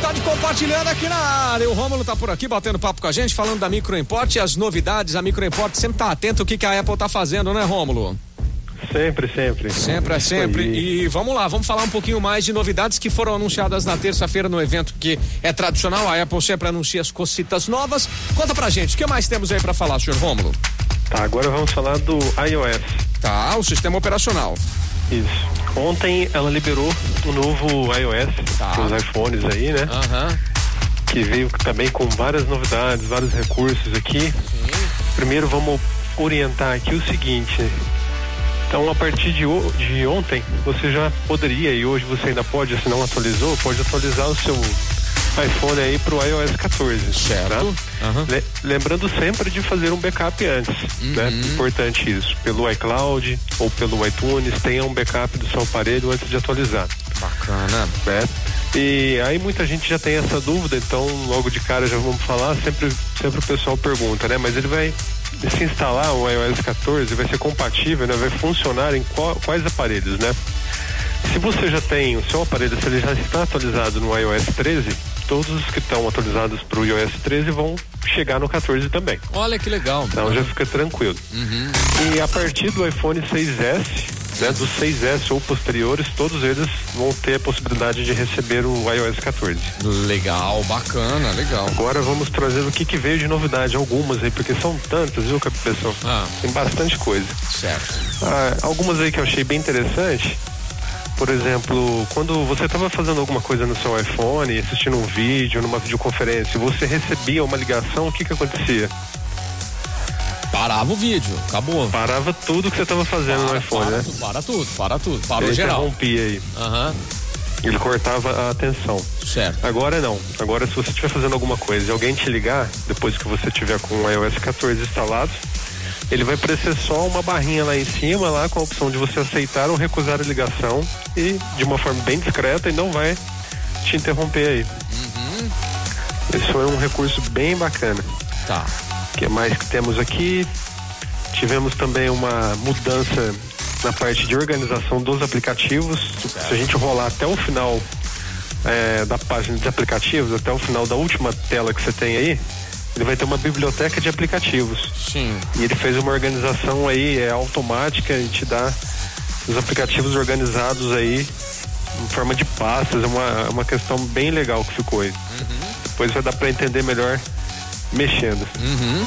tá compartilhando aqui na área. O Rômulo tá por aqui batendo papo com a gente, falando da Microimport e as novidades. A Microimport sempre tá atento o que, que a Apple tá fazendo, né, Rômulo? Sempre, sempre. Sempre, é sempre. E vamos lá, vamos falar um pouquinho mais de novidades que foram anunciadas na terça-feira no evento que é tradicional. A Apple sempre anuncia as cositas novas. Conta pra gente, o que mais temos aí pra falar, senhor Rômulo? Tá, agora vamos falar do iOS. Tá, o sistema operacional. Isso. Ontem ela liberou o novo iOS Tá. para os iPhones aí, né? Aham. Que veio também com várias novidades, vários recursos aqui. Primeiro vamos orientar aqui o seguinte. Então a partir de, o- de ontem você já poderia e hoje você ainda pode, se não atualizou, pode atualizar o seu iPhone aí para o iOS 14. tá? Certo. Aham. Le- lembrando sempre de fazer um backup antes, né? Uhum. Importante isso. Pelo iCloud ou pelo iTunes, tenha um backup do seu aparelho antes de atualizar, Bacana. né? E aí muita gente já tem essa dúvida, então logo de cara já vamos falar, sempre, sempre o pessoal pergunta, né? Mas ele vai se instalar o iOS 14, vai ser compatível, né? Vai funcionar em qual- quais aparelhos, né? Se você já tem o seu aparelho, se ele já está atualizado no iOS 13, todos os que estão atualizados para o iOS 13 vão chegar no 14 também. Olha que legal. Então já fica tranquilo. Uhum. E a partir do iPhone 6S, né, dos 6S ou posteriores, todos eles vão ter a possibilidade de receber o iOS 14. Legal, bacana, legal. Agora vamos trazer o que, que veio de novidade, algumas aí, porque são tantas, viu, pessoal? Ah. Tem bastante coisa. Certo. Ah, algumas aí que eu achei bem interessante. Por exemplo, quando você estava fazendo alguma coisa no seu iPhone, assistindo um vídeo, numa videoconferência, e você recebia uma ligação, o que que acontecia? Parava o vídeo, acabou. Parava tudo que você estava fazendo no iPhone, para, né? tudo, para tudo, para tudo, parou Ele geral. interrompia aí. Aham, Ele cortava a atenção. certo. Agora não. Agora se você estiver fazendo alguma coisa e alguém te ligar, depois que você tiver com o iOS 14 instalado, ele vai aparecer só uma barrinha lá em cima, lá com a opção de você aceitar ou recusar a ligação e de uma forma bem discreta e não vai te interromper aí. Isso é um recurso bem bacana. Tá. O que mais que temos aqui? Tivemos também uma mudança na parte de organização dos aplicativos. Se a gente rolar até o final eh, da página de aplicativos, até o final da última tela que você tem aí, ele vai ter uma biblioteca de aplicativos. Sim. E ele fez uma organização aí é automática e te dá os aplicativos organizados aí em forma de pastas. É uma, uma questão bem legal que ficou aí. Depois vai dar para entender melhor mexendo. Uhum.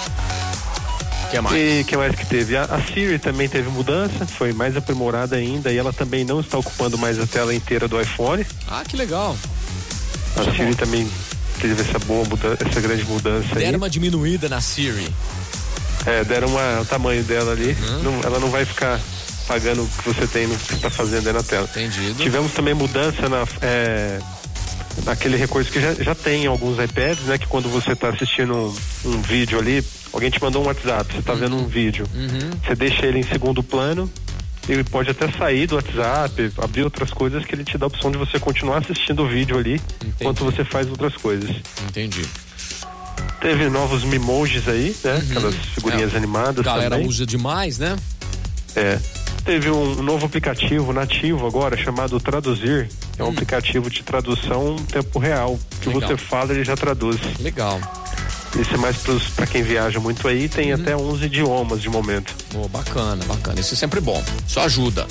que mais? E que mais que teve? A, a Siri também teve mudança, foi mais aprimorada ainda e ela também não está ocupando mais a tela inteira do iPhone. Ah, que legal. A Siri também teve essa boa mudança, essa grande mudança aí. Deram uma diminuída na Siri. É, deram uma, o tamanho dela ali. Não- ela não vai ficar pagando o que você tem no que está fazendo aí na tela. Entendido. Tivemos também mudança na, é, naquele recurso que já, já tem em alguns iPads, né? Que quando você está assistindo um, um vídeo ali, alguém te mandou um WhatsApp, você está vendo um vídeo, Uhum. você deixa ele em segundo plano. Ele pode até sair do WhatsApp, abrir outras coisas que ele te dá a opção de você continuar assistindo o vídeo ali enquanto você faz outras coisas. Entendi. Teve novos memojis aí, né? Aquelas figurinhas É, animadas Galera também. usa demais, né? É. Teve um novo aplicativo nativo agora chamado Traduzir. É um aplicativo de tradução em tempo real. Que Hum. Legal. você fala, ele já traduz. Legal. Isso é mais pros- pra quem viaja muito aí. Tem Uhum. até 11 idiomas de momento. Pô, bacana, bacana. Isso é sempre bom. Só ajuda.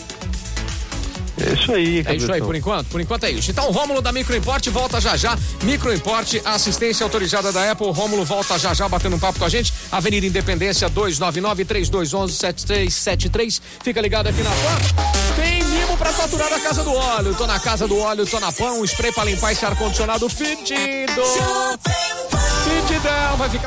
É isso aí, É isso aí, Cabeção. por enquanto? Por enquanto é isso. Então, o Rômulo da Microimport volta já já. Microimport, assistência autorizada da Apple. O Rômulo volta já já batendo um papo com a gente. Avenida Independência 299-3211-7373. Fica ligado aqui na PAN. Tem mimo pra faturar a casa do óleo. Tô na casa do óleo, tô na PAN. Um spray pra limpar esse ar-condicionado fedido. Fedidão, vai ficar.